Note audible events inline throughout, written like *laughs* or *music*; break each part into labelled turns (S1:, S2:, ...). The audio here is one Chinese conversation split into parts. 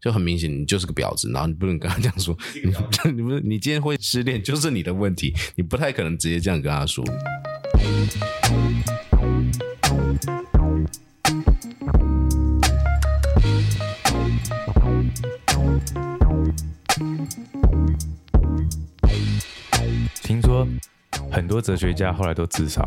S1: 就很明显你就是个婊子，然后你不能跟他讲说， *laughs* 你你不是你今天会失恋就是你的问题，你不太可能直接这样跟他说。
S2: 听说很多哲学家后来都自杀，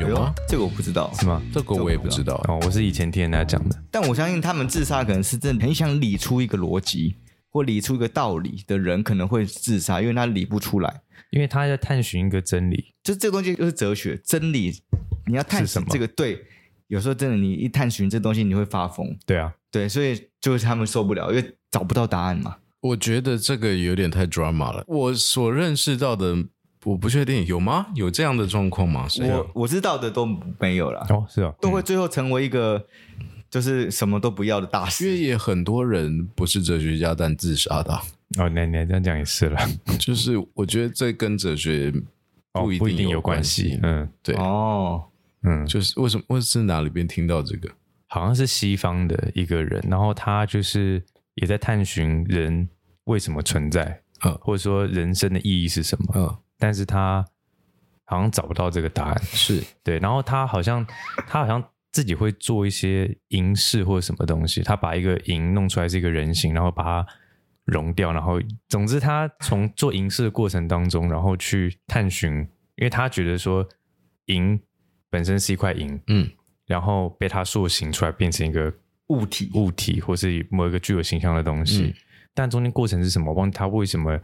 S1: 有吗？？
S3: 哎这个我不知道，
S2: 是吗？
S1: 哎这个我也不知道。
S2: 哦，我是以前听人家讲的。
S3: 但我相信他们自杀可能是真的很想理出一个逻辑或理出一个道理的人可能会自杀，因为他理不出来。
S2: 因为他在探寻一个真理，
S3: 就这个东西就是哲学真理，你要探
S2: 是什
S3: 寻
S2: 么
S3: 这个对，有时候真的你一探寻这东西你会发疯，
S2: 对啊，
S3: 对，所以就是他们受不了，因为找不到答案嘛。
S1: 我觉得这个有点太 drama 了。我所认识到的，我不确定有吗？有这样的状况吗？谁啊
S3: 我我知道的都没有啦，
S2: 哦，是哦，
S3: 都会最后成为一个就是什么都不要的大
S1: 因为
S3: 师。
S1: 也很多人不是哲学家，但自杀的啊、
S2: 哦，那那这样讲也是了，
S1: 就是我觉得这跟哲学
S2: 哦，
S1: 不一
S2: 不一定
S1: 有
S2: 有关系，嗯
S1: 对，
S3: 哦，
S2: 嗯，
S1: 就是为什么？我是哪里边听到这个？
S2: 好像是西方的一个人，然后他就是也在探寻人为什么存在，
S1: 嗯
S2: 或者说人生的意义是什么，
S1: 嗯，
S2: 但是他好像找不到这个答案，
S1: 是
S2: 对，然后他好像他好像自己会做一些银饰或者什么东西，他把一个银弄出来是一个人形，然后把它融掉，然后总之他从做银饰的过程当中，然后去探寻，因为他觉得说银本身是一块银，
S1: 嗯，
S2: 然后被他塑形出来变成一个
S3: 物体
S2: 物体或是某一个具有形象的东西，
S1: 嗯
S2: 但中间过程是什么？我忘记他为什么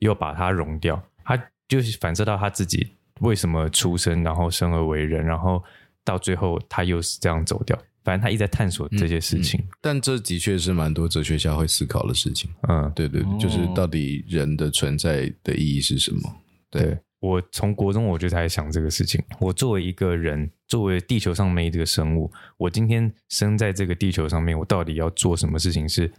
S2: 又把它融掉，他就是反射到他自己为什么出生，然后生而为人，然后到最后他又是这样走掉。反正他一直在探索这些事情，
S1: 但这的确是蛮多哲学家会思考的事情。
S2: 嗯，
S1: 对对，对
S3: 哦
S1: 就是到底人的存在的意义是什么？对
S2: 对我从国中我就在想这个事情。嗯我作为一个人，作为地球上面这个生物，我今天生在这个地球上面，我到底要做什么事情是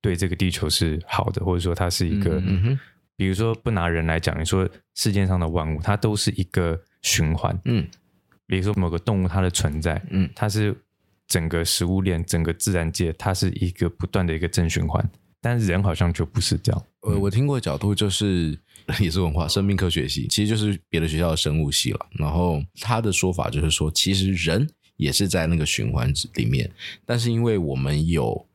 S2: 对这个地球是好的，或者说它是一个，
S1: 嗯哼，
S2: 比如说不拿人来讲，你说世界上的万物，它都是一个循环。
S1: 嗯
S2: 比如说某个动物它的存在，
S1: 嗯
S2: 它是整个食物链、整个自然界，它是一个不断的一个正循环。但是人好像就不是这样，
S1: 呃，我听过的角度就是 *laughs* 也是文化生命科学系，其实就是别的学校的生物系了。然后他的说法就是说，其实人也是在那个循环里面，但是因为我们有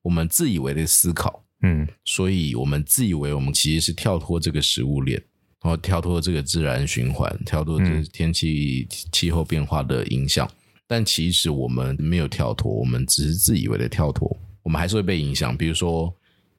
S1: 我们自以为的思考，
S2: 嗯，
S1: 所以我们自以为我们其实是跳脱这个食物链，然后跳脱这个自然循环，跳脱这
S2: 嗯
S1: 天气气候变化的影响。但其实我们没有跳脱，我们只是自以为的跳脱，我们还是会被影响。比如说，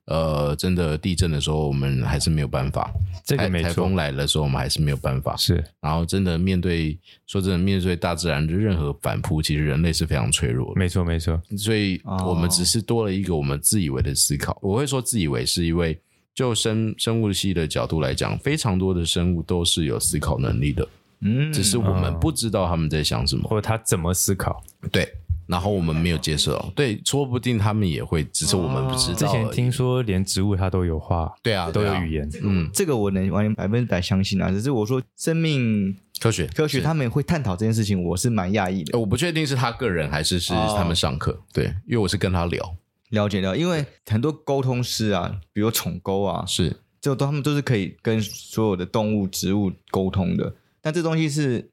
S1: 呃，真的地震的时候，我们还是没有办法；
S2: 这个
S1: 台
S2: 没
S1: 台
S2: 错
S1: 风，来的时候，我们还是没有办法。
S2: 是
S1: 然后，真的面对说真的，面对大自然的任何反扑，其实人类是非常脆弱的。
S2: 没错，没错，
S1: 所以我们
S2: 哦
S1: 只是多了一个我们自以为的思考。我会说自以为，是因为就生生物系的角度来讲，非常多的生物都是有思考能力的，
S3: 嗯，
S1: 只是我
S2: 哦
S1: 们不知道他们在想什么。
S2: 或者他怎么思考？
S1: 对，然后我们没有接受到。对，说不定他们也会，只是我们不知
S2: 哦之
S1: 道而已。
S2: 前听说连植物它都有画，
S1: 对啊，
S2: 都
S1: 对
S2: 有
S1: 啊
S2: 语言，
S1: 嗯，
S3: 这个我能完全百分之百相信啊。只是我说生命
S1: 科学
S3: 科学
S1: 是
S3: 他们会探讨这件事情，我是蛮讶异
S1: 呃
S3: 的。
S1: 我不确定是他个人还是是
S3: 哦
S1: 他们上课。对，因为我是跟他聊，
S3: 了解到，因为很多沟通师啊，比如宠沟啊，
S1: 是
S3: 这种都他们都是可以跟所有的动物、植物沟通的。但这东西是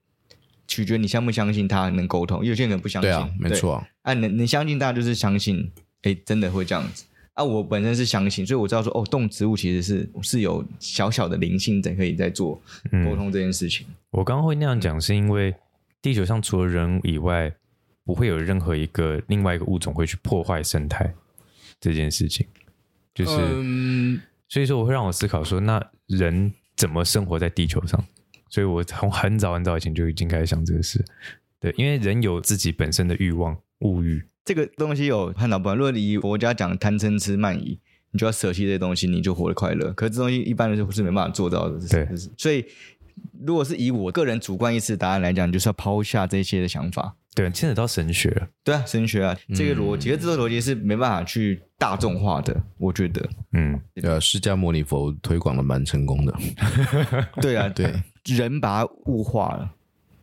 S3: 取决你相不相信它能沟通，有些人可能不相信。
S1: 对啊，没错啊，
S3: 啊，能能相信大家就是相信，哎，真的会这样子。啊，我本身是相信，所以我知道说，哦，动植物其实是是有小小的灵性在可以在做沟
S2: 嗯，
S3: 通这件事情。
S2: 我刚刚会
S1: 嗯
S2: 那样讲，是因为地球上除了人以外，不会有任何一个另外一个物种会去破坏生态这件事情，就是。
S1: 嗯，
S2: 所以说我会让我思考说，那人怎么生活在地球上？所以我从很早很早以前就已经开始想这个事，对，因为人有自己本身的欲望、物欲，
S3: 这个东西有看到不然，如果你以国家讲贪嗔痴慢疑，你就要舍弃这些东西，你就活得快乐。可是这东西一般人是没办法做到的，是
S2: 对
S3: 是是所以如果是以我个人主观意识的答案来讲，就是要抛下这些的想法。
S2: 对，牵扯到神学了，
S3: 对啊，神学啊，这个逻辑，可是这个逻辑是没办法去大众化的，我觉得。
S2: 嗯，
S1: 呃，释迦牟尼佛推广的蛮成功的，
S3: 对啊，
S1: 对，
S3: 人把它物化了，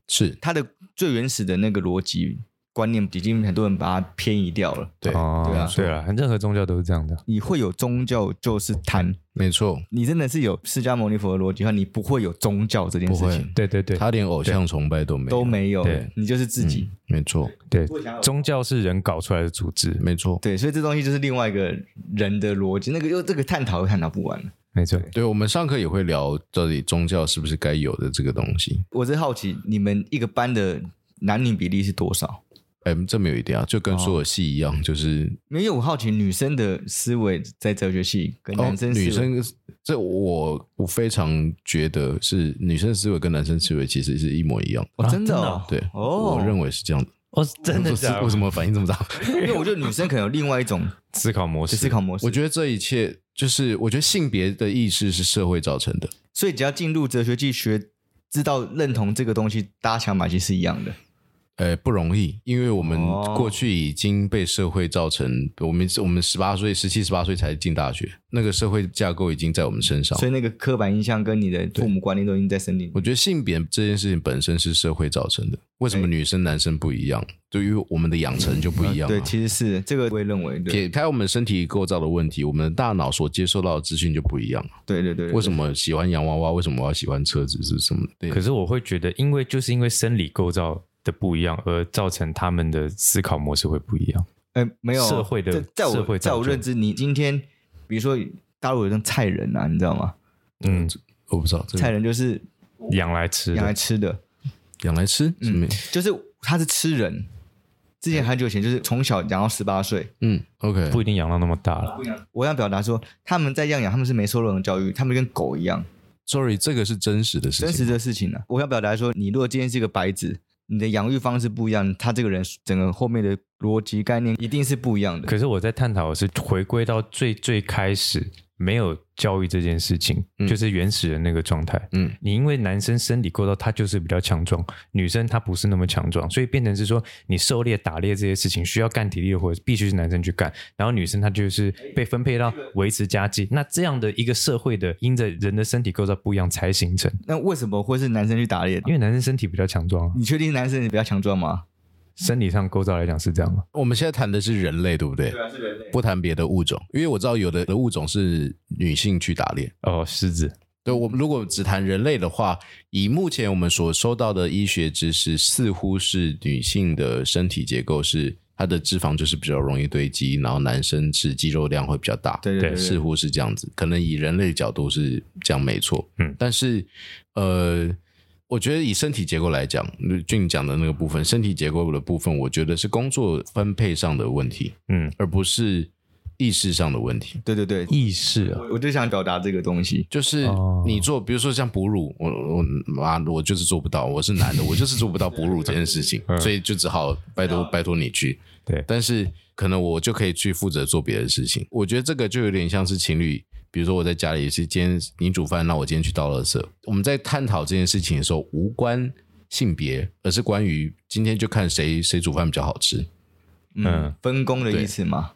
S1: 是
S3: 它的最原始的那个逻辑观念已经很多人把它偏移掉了。
S1: 对
S2: 哦
S3: 对啊
S2: 对啊，任何宗教都是这样的。
S3: 你会有宗教就是贪，
S1: 没错，
S3: 你真的是有释迦牟尼佛的逻辑的话，你不会有宗教这件事
S1: 不会
S3: 情，
S2: 对对对，
S1: 他连偶像崇拜都没有嗯
S3: 都没有
S2: 对，
S3: 你就是自己。
S1: 没错，
S2: 对
S3: 不会想要
S2: 宗教是人搞出来的组织，
S1: 没错。
S3: 对，所以这东西就是另外一个人的逻辑，那个又这个探讨又探讨不完了。
S2: 没错。
S1: 对，我们上课也会聊到底宗教是不是该有的这个东西。
S3: 我是好奇，你们一个班的男女比例是多少？
S1: 哎，这没有一定啊，就跟所有戏一样，就是
S3: 没有，我好奇女生的思维在哲学系跟
S1: 哦
S3: 男生思维、
S1: 女生这我我非常觉得是女生思维跟男生思维其实是一模一样。
S3: 哦、真的、哦
S1: 对，
S3: 哦，
S1: 我认为是这样的。
S2: 哦，真的
S1: 为
S2: 假
S1: 什
S2: 的
S1: 为什么反应这么大？
S3: 因为我觉得女生可能有另外
S1: *laughs*
S3: 一种
S2: 思考模式？
S3: 思考模式。
S1: 我觉得这一切就是，我觉得性别的意识是社会造成的。
S3: 所以只要进入哲学系学，知道认同这个东西，大家想法其实是一样的。
S1: 呃，不容易，因为我们
S3: 哦
S1: 过去已经被社会造成，我们我们十八岁、十七、十八岁才进大学，那个社会架构已经在我们身上
S3: 所。以那个刻板印象跟你的父母观念都已经在身体里
S1: 我。觉得性别这件事情本身是社会造成的，为什么
S3: 哎
S1: 女生男生不一样？对于我们的养成就不一样、啊。
S3: *laughs* 对，其实是这个我也认为，对
S1: 撇开我们身体构造的问题，我们的大脑所接受到的资讯就不一样了。
S3: 对对对。
S1: 为什么喜欢洋娃娃？为什么我要喜欢车子？是什么？对
S2: 可，是我会觉得，因为就是因为生理构造的不一样，而造成他们的思考模式会不一样。
S3: 呃，没有
S2: 社会的
S3: 在在
S2: 社
S3: 我
S2: 会
S3: 在我
S2: 造就
S3: 认知，你今天比如说大陆有一种菜人啊，你知道吗？
S2: 嗯，
S1: 我不知道。这
S3: 菜
S1: 个
S3: 人就是
S2: 养来吃
S3: 养来
S2: 的，
S3: 吃的，
S1: 养来吃？
S3: 嗯
S1: 什么？
S3: 就是他是吃人。之前很久以前就是从小养到十八岁。
S1: 嗯，OK，
S2: 不一定养到那么大了。
S3: 我想表达说，他们在样养，他们是没受任何教育，他们跟狗一样，
S1: Sorry，这个是真实的事情，啊
S3: 真实的事情呢、我想表达说，你如果今天是一个白纸，你的养育方式不一样，他这个人整个后面的逻辑概念一定是不一样的。
S2: 可是我在探讨的是回归到最最开始没有教育这件事情，
S1: 嗯
S2: 就是原始人那个状态。
S1: 嗯，
S2: 你因为男生生理构造他就是比较强壮，女生她不是那么强壮，所以变成是说你狩猎、打猎这些事情需要干体力的活，必须是男生去干，然后女生她就是被分配到维持家计。那这样的一个社会的，因着人的身体构造不一样才形成，
S3: 那为什么会是男生去打猎？
S2: 因为男生身体比较强壮啊，
S3: 你确定男生比较强壮吗？
S2: 生理上构造来讲是这样吗？
S1: 我们现在谈的是人类，对不对？
S3: 啊，是人类。
S1: 不谈别的物种，因为我知道有的物种是女性去打猎。
S2: 哦，狮子，
S1: 对
S2: 嗯
S1: 我们如果只谈人类的话，以目前我们所收到的医学知识，似乎是女性的身体结构是她的脂肪就是比较容易堆积，然后男生是肌肉量会比较大。
S3: 对对
S2: 对
S1: 似乎是这样子，可能以人类角度是这样没错，
S2: 嗯
S1: 但是呃，我觉得以身体结构来讲，俊讲的那个部分，身体结构的部分，我觉得是工作分配上的问题，
S2: 嗯，
S1: 而不是意识上的问题。
S3: 对对对，
S2: 意识啊，
S3: 我我就想表达这个东西。
S1: 就是
S2: 哦
S1: 你做，比如说像哺乳，我我妈，我就是做不到，我是男的，我就是做不到哺乳这件事
S2: *laughs*
S1: 情，所以就只好拜托拜托你去。
S2: 嗯对
S1: 但是可能我就可以去负责做别的事情。我觉得这个就有点像是情侣，比如说我在家里是今天你煮饭，那我今天去倒垃圾。我们在探讨这件事情的时候，无关性别，而是关于今天就看谁谁煮饭比较好吃。
S3: 嗯
S2: 嗯，
S3: 分工的意思嘛。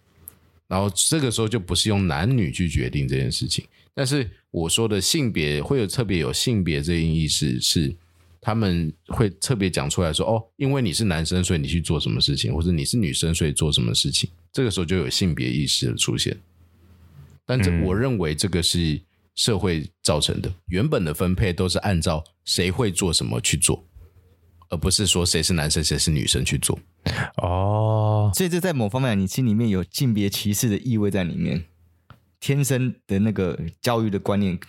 S1: 然后这个时候就不是用男女去决定这件事情。但是我说的性别会有特别有性别这一意识，是他们会特别讲出来说哦，因为你是男生，所以你去做什么事情，或者你是女生，所以做什么事情。这个时候就有性别意识的出现。但这
S2: 嗯
S1: 我认为这个是社会造成的，原本的分配都是按照谁会做什么去做，而不是说谁是男生谁是女生去做。
S2: 哦，
S3: 所以这在某方面，你心里面有性别歧视的意味在里面，天生的那个教育的观念，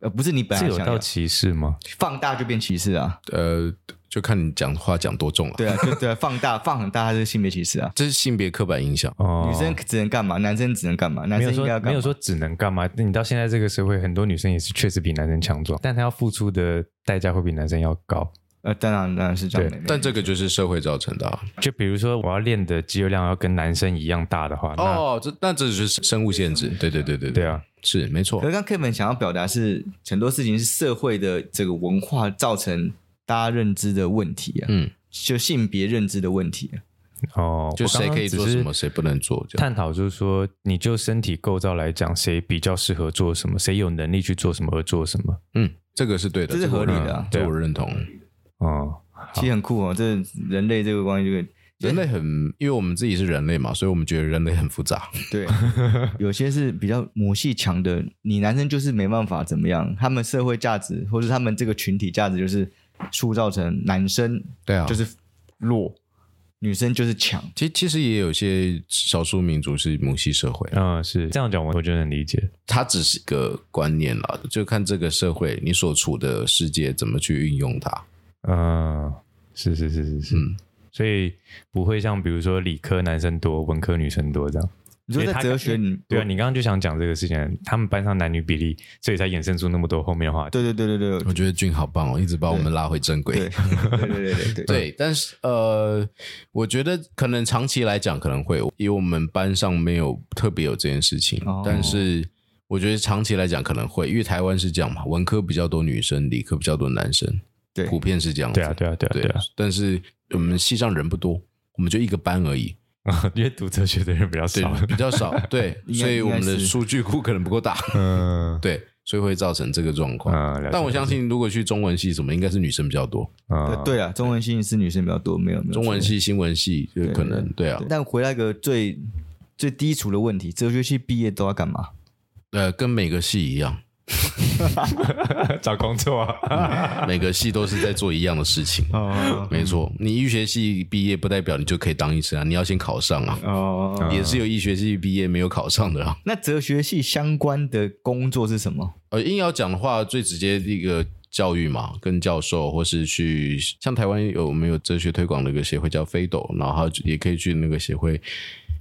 S3: 呃，不是你本
S2: 这
S3: 来
S2: 有
S3: 想
S2: 到
S3: 要
S2: 歧视吗？
S3: 放大就变歧视啊。
S1: 呃，就看你讲话讲多重了。
S3: 对啊，就对啊，放大放很大，它是性别歧视啊。
S1: 这是性别刻板印象。
S2: 哦，
S3: 女生只能干嘛，男生只能干嘛，男
S2: 没有
S3: 生应该要
S2: 说
S3: 干
S2: 没有
S3: 嘛？
S2: 说只能干嘛？你到现在这个社会，很多女生也是确实比男生强壮，但她要付出的代价会比男生要高。
S3: 呃，当然当然是这样的。
S1: 但这个就是社会造成的、啊、
S2: 就比如说，我要练的肌肉量要跟男生一样大的话，那
S1: 哦。这那这就是生物限制，对对对对
S2: 对，啊，
S1: 是没错
S3: 可。是刚 Kevin 想要表达是很多事情是社会的这个文化造成大家认知的问题啊，
S1: 嗯，
S3: 就性别认知的问题、啊。
S2: 哦，
S1: 就
S2: 我刚
S1: 谁
S2: 刚
S1: 可以
S2: 只
S1: 做
S2: 是
S1: 什么，谁不能做，这样
S2: 探讨就是说，你就身体构造来讲，谁比较适合做什么，谁有能力去做什么而做什么。
S1: 嗯，这个是对的，
S3: 这是合理的啊
S1: 这我认同。
S2: 哦，
S3: 其实很酷哦，这人类这个关于这个，
S1: 人类很，因为我们自己是人类嘛，所以我们觉得人类很复杂。
S3: 对，
S2: *laughs*
S3: 有些是比较魔系强的，你男生就是没办法怎么样，他们社会价值或是他们这个群体价值就是塑造成男生
S1: 对啊，
S3: 就是弱，女生就是强。
S1: 其其实也有一些少数民族是母系社会，
S2: 嗯，是这样讲，我我觉得能理解。
S1: 它只是一个观念啦，就看这个社会你所处的世界怎么去运用它。
S2: 嗯，是是是是是，
S1: 嗯
S2: 所以不会像比如说理科男生多，文科女生多这样。
S3: 你说
S2: 因为
S3: 在
S2: 他
S3: 哲学里，
S2: 对啊，你刚刚就想讲这个事情，他们班上男女比例，所以才衍生出那么多后面的话题。
S3: 对对对
S2: *laughs*
S3: 对对
S1: 我觉得俊好棒哦，一直把我们拉回正轨。
S3: 对对对对对对，
S1: 对，但是呃，我觉得可能长期来讲可能会，因为我们班上没有特别有这件事情，
S3: 哦
S1: 但是我觉得长期来讲可能会，因为台湾是这样嘛，文科比较多女生，理科比较多男生，
S3: 对
S1: 普遍是这样子。
S2: 对啊，对啊，对啊，
S1: 对
S2: 对啊，
S1: 但是我们系上人不多，我们就一个班而已，
S2: *laughs* 因为读哲学的人比较
S1: 对
S2: 少。，
S1: 比较少，对，
S3: 应该
S1: 所以我们
S3: 应
S1: 的
S3: 该是
S1: 数据库可能不够大，
S2: 嗯
S1: 对，所以会造成这个状况。
S2: 嗯，了解
S1: 但我相信，如果去中文系什么，应该是女生比较多，
S2: 嗯
S3: 对啊，中文系是女生比较多，没有没有
S1: 中文
S3: 错
S1: 系、新闻系就可能对啊，
S3: 但回来一个最最基础的问题，哲学系毕业都要干嘛？
S1: 呃，跟每个系一样，
S2: 嗯 *laughs* 找工作啊，
S1: 嗯每个系都是在做一样的事情。
S3: 哦
S1: 没错，你医学系毕业不代表你就可以当医生啊，你要先考上啊。
S3: *laughs* 哦，
S1: 也是有医学系毕业没有考上的啊。
S3: 那哲学系相关的工作是什么？
S1: 呃，硬要讲的话，最直接一个教育嘛，跟教授或是去像台湾有我们有哲学推广的一个协会叫飞斗，然后他也可以去那个协会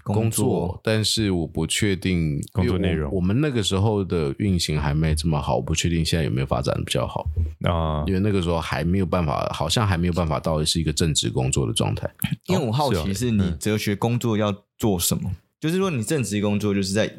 S3: 工
S1: 工作，
S3: 作
S1: 但是我不确定
S2: 工作
S1: 因为我
S2: 内容
S1: 我们那个时候的运行还没这么好，我不确定现在有没有发展得比较好，
S2: 啊
S1: 因，为那个时候还没有办法，好像还没有办法到是一个正职工作的状态。
S3: 因为我好
S2: 是
S3: 奇是
S1: 哦啊嗯
S3: 你哲学工作要做什么？就是说你正职工作就是在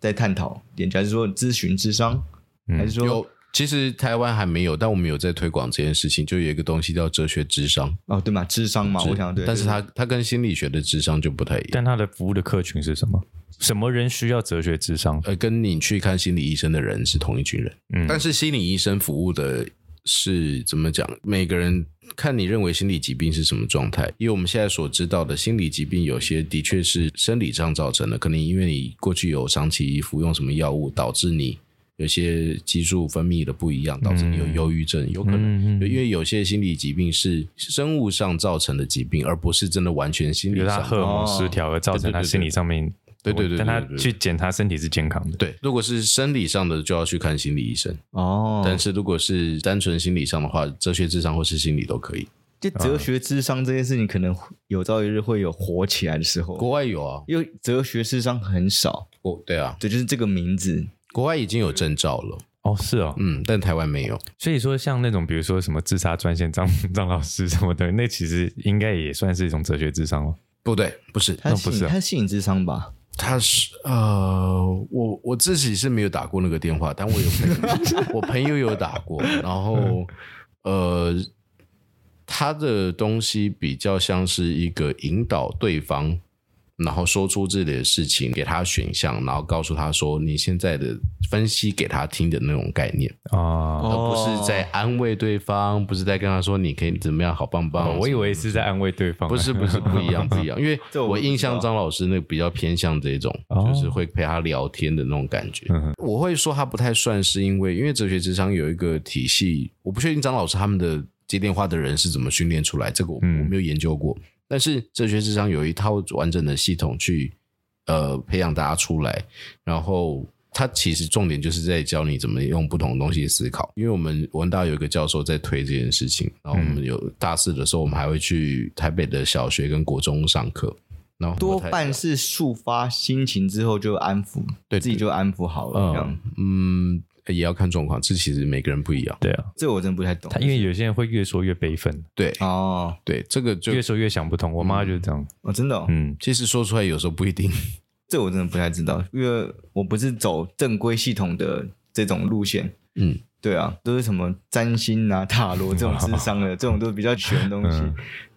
S3: 在探讨研究，还是说咨询智商，
S2: 嗯
S3: 还是说
S1: 有，其实台湾还没有，但我们有在推广这件事情，就有一个东西叫哲学智商，
S3: 哦对嘛智商嘛？我想对，
S1: 但是
S3: 对
S1: 它它跟心理学的智商就不太一样。
S2: 但他的服务的客群是什么？什么人需要哲学智商？
S1: 呃，跟你去看心理医生的人是同一群人，
S2: 嗯
S1: 但是心理医生服务的是怎么讲？每个人看你认为心理疾病是什么状态，因为我们现在所知道的心理疾病，有些的确是生理上造成的，可能因为你过去有长期服用什么药物，导致你有些激素分泌的不一样，导致你有
S2: 嗯
S1: 忧郁症，有可能。
S2: 嗯
S1: 对因为有些心理疾病是生物上造成的疾病，而不是真的完全心
S2: 比
S1: 理
S2: 如他
S1: 上
S2: 荷
S1: 的。
S2: 尔蒙失调而造成他心理上面，
S1: 对对对对对
S2: 但他去检查身体是健康的，
S1: 对，如果是生理上的，就要去看心理医生；
S3: 哦，
S1: 但是如果是单纯心理上的话，哲学智商或是心理都可以。
S3: 就哲学智商这件事情，可能有朝一日会有火起来的时候，
S1: 国外有啊，
S3: 因为哲学智商很少，
S1: 国对啊，
S3: 对，就是这个名字。
S1: 国外已经有证照了，
S2: 哦，是哦，
S1: 嗯，但台湾没有。
S2: 所以说像那种比如说什么自杀专线张 *laughs* 张老师什么的，那其实应该也算是一种哲学智商了。
S1: 不对，不是，
S3: 他
S2: 那
S3: 吸
S2: 不是
S3: 引
S2: 啊
S3: 他吸引智商吧？
S1: 他是呃，我我自己是没有打过那个电话，但我有朋 *laughs* 友，我朋友有打过，然后呃，他的东西比较像是一个引导对方，然后说出自己的事情，给他选项，然后告诉他说你现在的分析给他听的那种概念，
S2: 哦，
S1: 而不
S3: 哦
S1: 是在安慰对方，不是在跟他说你可以怎么样，好棒棒。
S2: 啊哦我以为是在安慰对
S1: *laughs*
S2: 方，啊
S1: 不哦是不是不一样不一样，
S2: *laughs*
S1: 因为
S3: 这我
S1: 我
S3: 不知
S1: 印象
S3: 道
S1: 张老师那个比较偏向这种，
S2: 哦
S1: 就是会陪他聊天的那种感觉。
S2: 嗯哼
S1: 我会说他不太算是因为，因为哲学智商有一个体系，我不确定张老师他们的接电话的人是怎么训练出来，这个我
S2: 嗯
S1: 我没有研究过。但是哲学智商有一套完整的系统去呃培养大家出来，然后它其实重点就是在教你怎么用不同的东西思考。因为我们文大有一个教授在推这件事情，然后我们有大四的时候，我们还会去台北的小学跟国中上课，然后
S3: 多
S1: 我才
S3: 半是抒发心情之后就安抚，
S1: 对
S3: 自己就安抚好了。这样
S1: 嗯，嗯，也要看状况，这其实每个人不一样。
S2: 对啊，
S3: 这我真不太懂。
S2: 他因为有些人会越说越悲愤，
S1: 对
S3: 哦，
S1: 对，这个就
S2: 越说越想不通。我妈就是这样，
S3: 我真的哦，
S2: 嗯，
S1: 其实说出来有时候不一定。 *laughs*
S3: 这我真的不太知道，因为我不是走正规系统的这种路线。
S1: 嗯，
S3: 对啊，都是什么占星啊、塔罗这种智商的，这种都是比较玄的东西。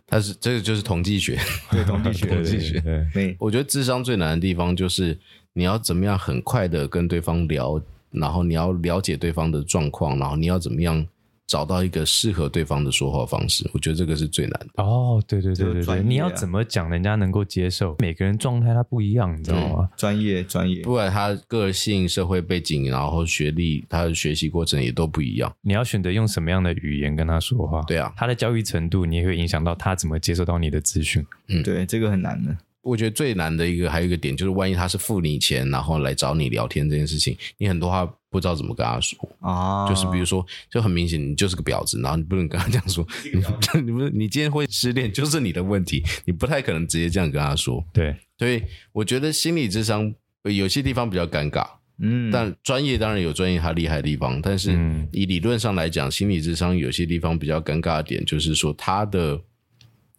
S1: 它是这个就是统计学。
S3: 对，统
S2: *laughs*
S3: 计学，
S2: 对
S3: 统
S2: 对
S3: 计学
S2: 对，对
S3: 没
S1: 我觉得智商最难的地方就是你要怎么样很快的跟对方聊，然后你要了解对方的状况，然后你要怎么样找到一个适合对方的说话方式，我觉得这个是最难的。
S2: 哦，对对对
S3: 这个
S2: 对
S3: 专
S2: 对，
S3: 业啊
S2: 你要怎么讲人家能够接受？每个人状态他不一样，你知道吗？
S3: 专业专业，
S1: 不管他个性、社会背景，然后学历，他的学习过程也都不一样。
S2: 你要选择用什么样的语言跟他说话？
S1: 对啊
S2: 他的教育程度，你也会影响到他怎么接受到你的资讯。
S3: 对这个很难的。
S1: 我觉得最难的一个还有一个点就是，万一他是付你钱，然后来找你聊天这件事情，你很多话不知道怎么跟他说。
S3: 啊，
S1: 就是比如说，就很明显你就是个婊子，然后你不能跟他这样说，你你不 *laughs* 是你今天会失恋就是你的问题，你不太可能直接这样跟他说。
S2: 对，
S1: 所以我觉得心理智商呃有些地方比较尴尬，
S3: 嗯，
S1: 但专业当然有专业他厉害的地方，但是
S2: 嗯
S1: 以理论上来讲，心理智商有些地方比较尴尬的点就是说他的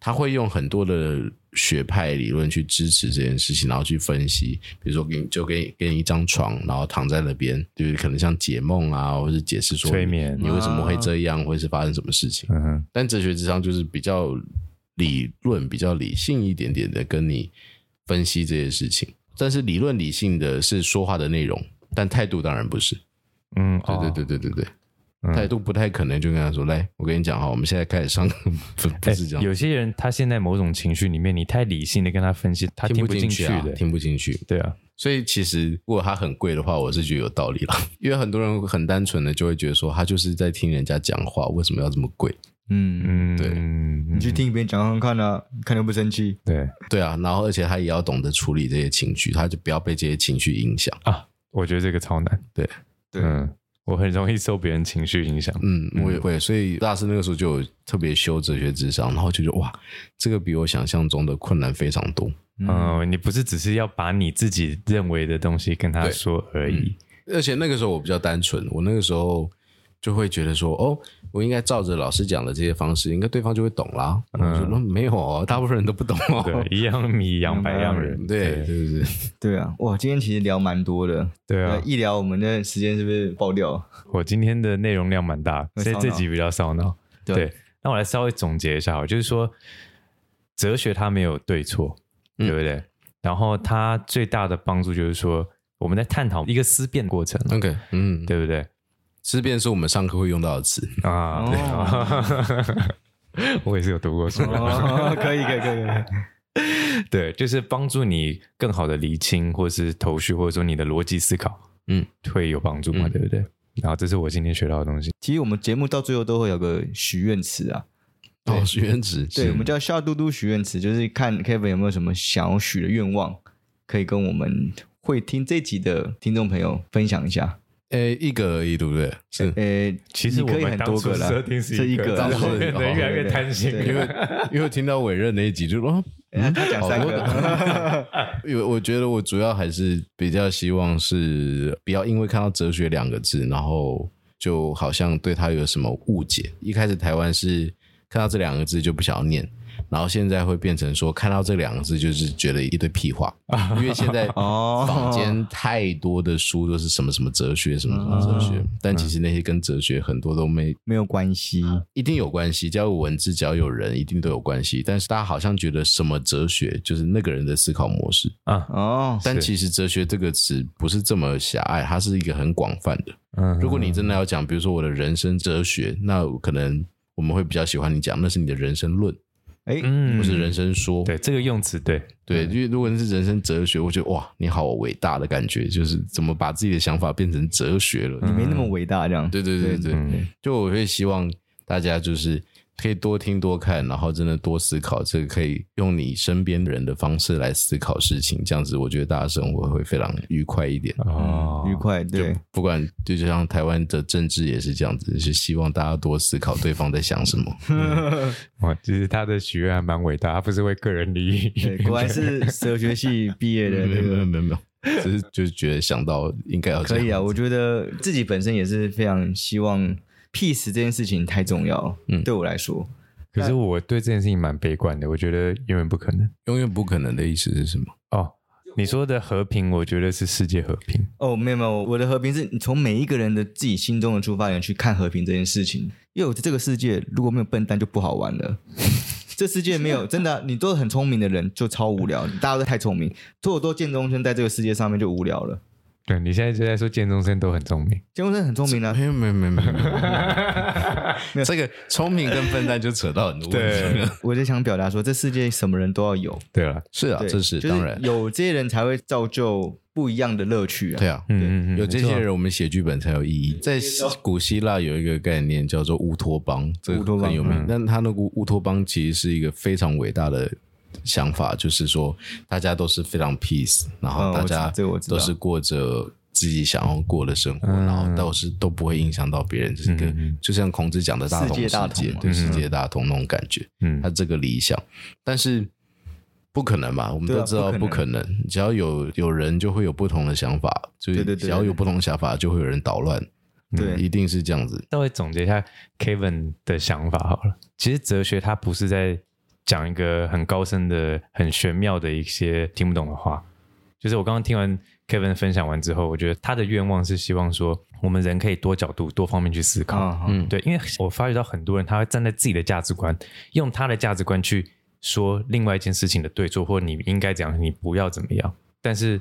S1: 他会用很多的学派理论去支持这件事情，然后去分析，比如说给你就给你给你一张床，然后躺在那边，就是可能像解梦啊，或者解释说
S2: 催眠
S1: 你为什么会
S2: 啊
S1: 这样，或者是发生什么事情。
S2: 嗯哼，
S1: 但哲学智商就是比较理论、比较理性一点点的跟你分析这些事情。但是理论理性的是说话的内容，但态度当然不是。
S2: 嗯，
S1: 对对
S2: 哦
S1: 对对对对，
S2: 嗯
S1: 态度不太可能就跟他说：“来，我跟你讲哈，我们现在开始上课，不不是这样，
S2: 哎有些人他现在某种情绪里面，你太理性的跟他分析，他
S1: 听
S2: 不进
S1: 去啊
S2: 的。，
S1: 听不进去。”
S2: 对啊，
S1: 所以其实如果它很贵的话，我是觉得有道理了， *laughs* 因为很多人很单纯的就会觉得说，他就是在听人家讲话，为什么要这么贵？
S3: 嗯，
S2: 嗯，
S1: 对
S3: 你
S2: 你
S3: 去听别人讲讲看啊，看又不生气，
S2: 对
S1: 对啊，然后而且他也要懂得处理这些情绪，他就不要被这些情绪影响。
S2: 啊，我觉得这个超难。
S1: 对，
S3: 对
S2: 嗯，我很容易受别人情绪影响。
S1: 嗯，我也会，所以大师那个时候就有特别修哲学智商，然后就觉得哇，这个比我想象中的困难非常多。
S2: 嗯、你不是只是要把你自己认为的东西跟他
S1: 对
S2: 说而已。
S1: 而且那个时候我比较单纯，我那个时候就会觉得说，哦，我应该照着老师讲的这些方式，应该对方就会懂啦。嗯，我说没有哦，大部分人都不懂哦。
S2: 对，一样米养百样
S1: *laughs*
S2: 人。
S1: 对，对不对？
S3: 对啊，哇，今天其实聊蛮多的，
S2: 对啊
S3: 那，一聊我们的时间是不是爆掉？
S2: 我今天的内容量蛮大，
S3: 会
S2: 所以
S3: 烧
S2: 这
S3: 脑
S2: 集比较烧脑。
S3: *laughs* 对
S2: 对，那我来稍微总结一下好了，就是说，哲学它没有对错，
S1: 嗯
S2: 对不对？然后它最大的帮助就是说，我们在探讨一个思辨过程，
S1: OK，嗯，
S2: 对不对？
S1: 思辨是我们上课会用到的词。
S2: 啊，
S1: 哦
S2: 对啊， *laughs* 我也是有读过书。
S3: 哦， *laughs* 可以可以可以，可以
S2: 对，就是帮助你更好的厘清，或是头绪，或者说你的逻辑思考，
S1: 嗯，
S2: 会有帮助嘛，
S1: 嗯
S2: 对不对？然后这是我今天学到的东西。
S3: 其实我们节目到最后都会有个许愿池啊，
S1: *laughs* 哦，许愿池，
S3: 对，我们叫夏嘟嘟许愿池，就是看 Kevin 有没有什么想要许的愿望，可以跟我们会听这集的听众朋友分享一下。
S1: 诶，一个而已，对不对？是，
S3: 呃，
S2: 其实
S3: 你
S2: 我
S3: 可以
S2: 们
S3: 很
S2: 当
S3: 多
S2: 初
S3: 个啦
S2: 设定，是
S3: 这
S2: 一
S3: 个
S2: 个，
S3: 啦，
S2: 然后
S1: 当
S2: 人
S1: 时
S2: 越来越贪心
S3: 对
S1: 因为因为听到委任那一集就说，哦
S3: 哎他讲三个，
S1: 因为我觉得我主要还是比较希望是不要因为看到哲学两个字，然后就好像对它有什么误解。一开始台湾是看到这两个字就不想要念，然后现在会变成说看到这两个字就是觉得一堆屁话，因为现在
S3: 哦
S1: 坊间太多的书都是什么什么哲学，什么什么哲学，但其实那些跟哲学很多都没
S3: 没有关系，
S1: 一定有关系，只要有文字，只要有人，一定都有关系。但是大家好像觉得什么哲学就是那个人的思考模式，
S2: 啊，
S3: 哦，
S1: 但其实哲学这个词不是这么狭隘，它是一个很广泛的。
S2: 嗯，
S1: 如果你真的要讲，比如说我的人生哲学，那可能我们会比较喜欢你讲那是你的人生论，
S3: 哎，
S2: 嗯
S1: 或是人生说。
S2: 对这个用词，对
S1: 对，因为如果你是人生哲学，我觉得哇，你好伟大的感觉，就是怎么把自己的想法变成哲学了。
S3: 你没那么伟大，这样，
S1: 对对对对，
S2: 嗯
S1: 就我会希望大家就是可以多听多看，然后真的多思考，这个可以用你身边人的方式来思考事情，这样子我觉得大家生活会非常愉快一点。
S2: 哦，
S3: 嗯
S1: 嗯
S3: 愉快，对
S1: *laughs* 就，不管就就像台湾的政治也是这样子，就是希望大家多思考对方在想
S3: *laughs*
S1: 什么。
S2: 哇，其实哦他的许愿还蛮伟大，他不是为个人利
S3: 对，
S2: 益，
S3: 果然是哲学系毕业
S1: *laughs*
S3: 的，
S1: 没
S3: 这
S1: 有没
S3: 个
S1: 有没有没有，只是就是觉得想到应该要这
S3: 可
S1: 样
S3: 以啊，我觉得自己本身也是非常希望 peace 这件事情太重要，
S1: 嗯
S3: 对我来说，
S2: 可是我对这件事情蛮悲观的，我觉得永远不可能。
S1: 永远不可能的意思是什么？
S2: 哦，你说的和平，我觉得是世界和平。
S3: 哦，没有没有，我的和平是你从每一个人的自己心中的出发点去看和平这件事情。因为我在这个世界如果没有笨蛋就不好
S1: *laughs*
S3: 玩了，这世界没有真的啊、你都很聪明的人就超无聊，大家都太聪明，所有都见中生在这个世界上面就无聊了。
S2: 对你现在就在说建中生都很
S1: *laughs*
S2: 聪明，
S3: 结婚生很聪明啊，
S1: 没有没有没有没有没有
S3: *laughs*
S1: 没有，这个聪明跟笨蛋就扯到很多问题了。
S3: 我就想表达说，这世界什么人都要有，
S2: *laughs* 对了，
S1: 是啊，
S3: 对，
S1: 这是
S3: 就
S1: 当然，
S3: 有这些人才会造就不一样的乐趣啊。
S1: 对啊，
S2: 嗯嗯嗯，
S1: 有这
S2: 没
S1: 些
S2: 错
S1: 人，我们写剧本才有意义。在古希腊有一个概念叫做乌托邦，这
S3: 乌托
S1: 个
S3: 邦嗯
S1: 很有名。但他那个乌托邦其实是一个非常伟大的想法，就是说大家都是非常 peace，然后
S3: 嗯
S1: 大
S3: 我知
S1: 家
S3: 这个我知
S1: 都
S3: 道
S1: 是过着。自己想要过的生活，
S2: 嗯
S1: 然后都是都不会影响到别人，这是一个
S2: 嗯嗯
S1: 就像孔子讲的“大同
S3: 世界大同
S1: 世界
S3: 嘛
S1: 对
S2: 嗯
S1: 世界大同那种感觉。
S2: 嗯
S1: 他这个理想，但是不可能嘛，我们
S3: 对啊
S1: 都知道不
S3: 不
S1: 可
S3: 可
S1: 能。只要有有人，就会有不同的想法，就
S3: 对
S1: 是
S3: 对对
S1: 只要有不同的想法，就会有人捣乱，一
S3: 对，
S1: 定是这样子。
S2: 稍微总结一下 Kevin 的想法好了。其实哲学它不是在讲一个很高深的、很玄妙的一些听不懂的话。就是我刚刚听完 Kevin 分享完之后，我觉得他的愿望是希望说，我们人可以多角度、多方面去思考。
S3: 啊，
S1: 嗯
S2: 对，因为我发觉到很多人他会站在自己的价值观，用他的价值观去说另外一件事情的对错，或你应该怎样，你不要怎么样。但是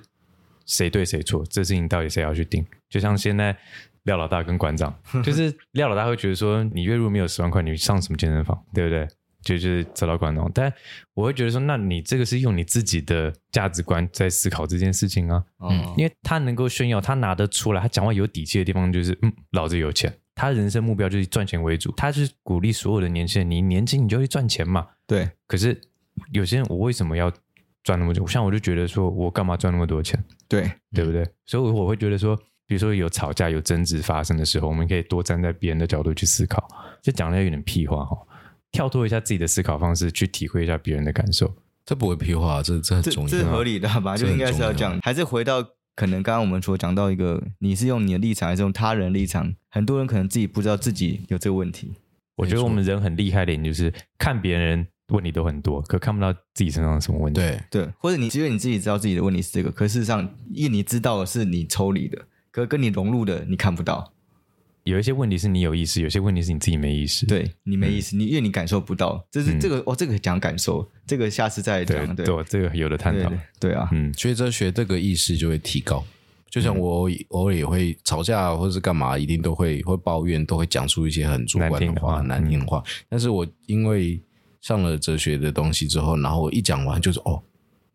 S2: 谁对谁错，这事情到底谁要去定？就像现在廖老大跟馆长，就是廖老大会觉得说，你月入没有十万块，你上什么健身房，对不对？就就是找到馆长，但我会觉得说，那你这个是用你自己的价值观在思考这件事情啊。
S3: 嗯，
S2: 因为他能够炫耀，他拿得出来，他讲话有底气的地方就是，嗯，老子有钱。他人生目标就是赚钱为主，他是鼓励所有的年轻人，你年轻你就去赚钱嘛。
S3: 对，
S2: 可是有些人，我为什么要赚那么久？像我就觉得说，我干嘛赚那么多钱，
S3: 对，
S2: 对不对？所以我会觉得说，比如说有吵架、有争执发生的时候，我们可以多站在别人的角度去思考。这讲的有点屁话哦，跳脱一下自己的思考方式，去体会一下别人的感受。
S1: 这不会屁话，这这很
S3: 这
S1: 重
S3: 这
S1: 要啊
S3: 合。理的吧？
S1: 这
S3: 就
S1: 很
S3: 应该是要这
S1: 重啊
S3: 样，还是回到可能刚刚我们所讲到一个，你是用你的立场还是用他人的立场？很多人可能自己不知道自己有这个问题。
S2: 我觉得我们人很厉害的一点就是看别人问题都很多，可看不到自己身上有什么问题。
S1: 对，
S3: 对，或者你只有你自己知道自己的问题是这个，可事实上，因为你知道的是你抽离的，可跟你融入的你看不到，
S2: 有一些问题是你有意识，有些问题是你自己没意识。
S3: 对你没意
S1: 嗯
S3: 思，你因为你感受不到，这是
S2: 嗯
S3: 这个、哦，这个讲感受，这个下次再
S2: 对
S3: 讲，对
S2: 对，这个有的探
S3: 对
S2: 讨。
S3: 对对啊，
S2: 嗯
S1: 学哲学这个意识就会提高。就像我偶偶尔也会吵架或是干嘛，一定都会会抱怨，都会讲出一些很主观
S2: 难听
S1: 的
S2: 的
S1: 话、
S2: 话嗯
S1: 难听的话。但是我因为上了哲学的东西之后，然后我一讲完就是哦，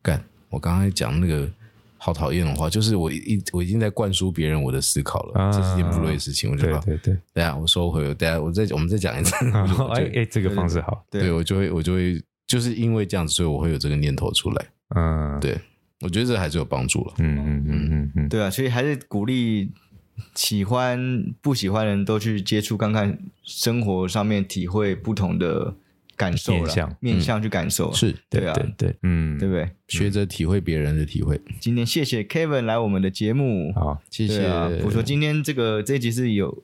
S1: 干，我刚才讲那个好讨厌的话，就是我一我已经在灌输别人我的思考了，
S2: 啊
S1: 这是件不对的事情。我就
S2: 对
S1: 把
S2: 对对。
S1: 等一下我收回，等一下我再我们再讲一
S2: *laughs*
S1: 次。
S2: 然后
S1: 我就
S2: 哎哎，这个方式好。
S3: 对
S1: 对我就会我就会就是因为这样子，所以我会有这个念头出来。
S2: 嗯，
S1: 对我觉得这还是有帮助了。
S2: 嗯嗯嗯嗯嗯，
S3: 对啊，所以还是鼓励喜欢不喜欢的人都去接触看看，生活上面体会不同的感受啦
S2: 面向嗯
S3: 面向去感受，
S1: 是
S3: 对啊，
S2: 对对，嗯
S3: 对，不对？
S1: 学着体会别人的体会。
S3: 今天谢谢 Kevin 来我们的节目，
S2: 好，
S1: 谢
S3: 对
S1: 谢，
S3: 啊，我说今天这个这一集是有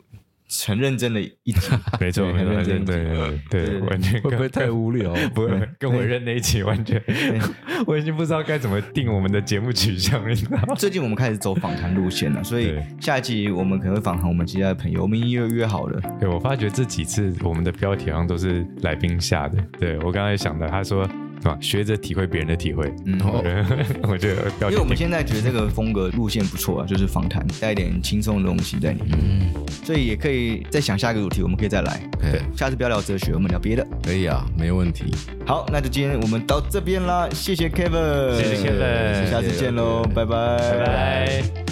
S3: 很认真的一集，
S2: *laughs* 没错
S3: 对
S2: 没
S3: 很
S2: 错，
S3: 认
S2: 对
S3: 真
S2: 对对，
S3: 对
S2: 完全跟
S1: 无聊？
S2: *laughs* 不会跟我认那一起完全， *laughs* 我已经不知道该怎么定我们的节目取向，你知道吗？
S3: 最近我们开始走访谈路线了，所以
S2: 对
S3: 下一集我们可能会访谈我们其他的朋友，我们已经约约好了。
S2: 对，我发觉这几次我们的标题好像都是来宾下的。对我刚才想的，他说什么学着体会别人的体会，
S3: 嗯
S2: 我
S1: 哦
S2: 觉得 *laughs* 我觉得标
S3: 因
S2: 题
S3: 为我们
S2: 挺
S3: 现在觉得这个风格路线不错啊，就是访谈带一点轻松的东西在里面，所以也可以再想下一个主题，我们可以再来。
S1: 对，
S3: 下次不要聊哲学，我们聊别的。
S1: 可以啊，没问题。
S3: 好，那就今天我们到这边啦，谢谢 Kevin，
S2: 谢谢 Kevin
S3: 下次见喽，拜拜，
S2: 拜拜。